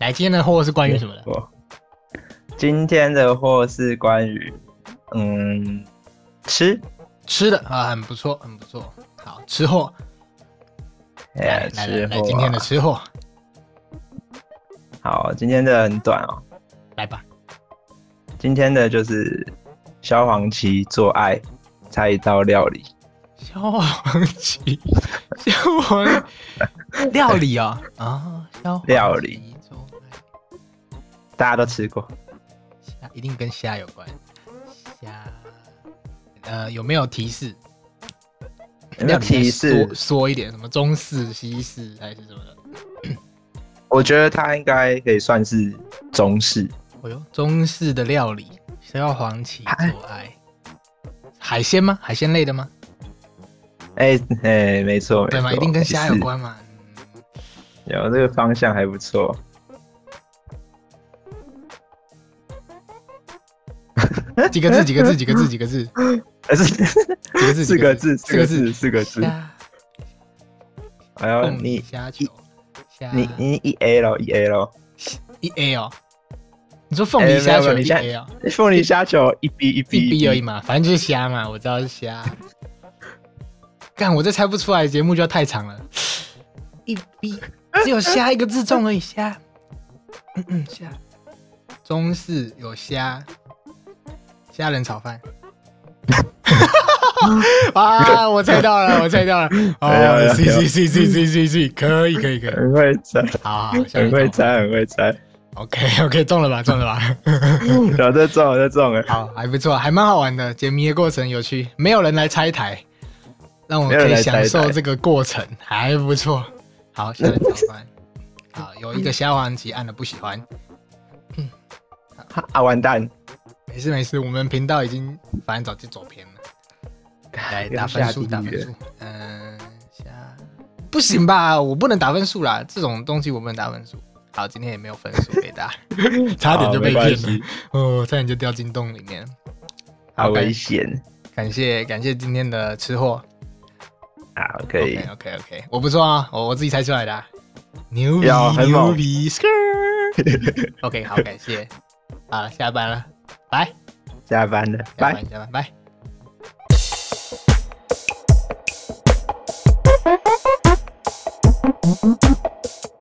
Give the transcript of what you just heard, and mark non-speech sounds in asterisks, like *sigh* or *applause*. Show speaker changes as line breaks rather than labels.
来，今天的货是关于什么的？
我今天的货是关于嗯吃，
吃的啊，很不错，很不错。好，吃货，来
哎呀，
来
吃
来来，
货
今天的
啊
吃货，
好，今天的很短哦，
来吧。
今天的就是萧煌奇做爱猜一道料理，
消黄 *laughs* 旗，消黄料理啊啊，消黄
料理
旗做爱
大家都吃过，
虾，一定跟虾有关。虾，呃，有没有提示？
有没
料
有
理再
提示
缩？缩一点，什么中式、西式还是什么的？
我觉得它应该可以算是中式，
哦哟，中式的料理，消黄旗
哎
做爱，海鲜吗？海鲜类的吗？
哎、哎、没错，
对
没
吗？
错
一定跟虾有，
没
关嘛。嗯
事有这个方向还不错， *laughs*
几个字？几个字？几个
*laughs*
字？几个字？
呃是
几个字？
四个字，
四
四
个
个
字
字，。四个字，
虾
哎呦，
凤梨
你
虾球，虾
你你一 A 了，一 A 了。
一 A 哦。你说凤梨虾
哎没有
球
没有
一
你现
A 哦，
凤梨虾球一 B 一 B
一 B 而已嘛，反正就是虾嘛，我知道是虾。干，我这猜不出来，节目就要太长了。一 B 只有虾一个字中而已，虾。嗯嗯，虾。中式有虾，虾仁炒 *laughs* 饭。啊！我猜到了，我猜到了。
哎呀哎
哦
呀
，C
哎
C C
呀
C C C C，可以可以可以，
很会猜，
好好好，下面
很会
中。
猜，很会猜。
OK OK，中了吧，中了吧。
然后这中了，这
*laughs*
中了，
好，还不错，还蛮好玩的，解谜的过程有趣，没有人来拆台，让我
没有
可
人
以
来
享
拆
受
台
这个过程，还不错。好，下来找
*laughs*
翻。好，有一个虾黄棋按了不喜欢，
啊完蛋！
没事没事，我们频道已经反正早就走偏了。
*laughs*
来打分数，打分数。嗯，虾不行吧？我不能打分数啦，这种东西我不能打分数。好，今天也没有分数给
*laughs*
大家，差点就被骗了，哦，差点就掉进洞里面。
好
感
危险
感谢感谢今天的吃货。
啊！可以，
OK OK OK，我不错啊，我我自己猜出来的啊、牛逼
呀很
牛
猛
逼，skr。OK，好，感谢。好了，下班了，拜，
*laughs* 下班了，
下
拜
班。下班，拜。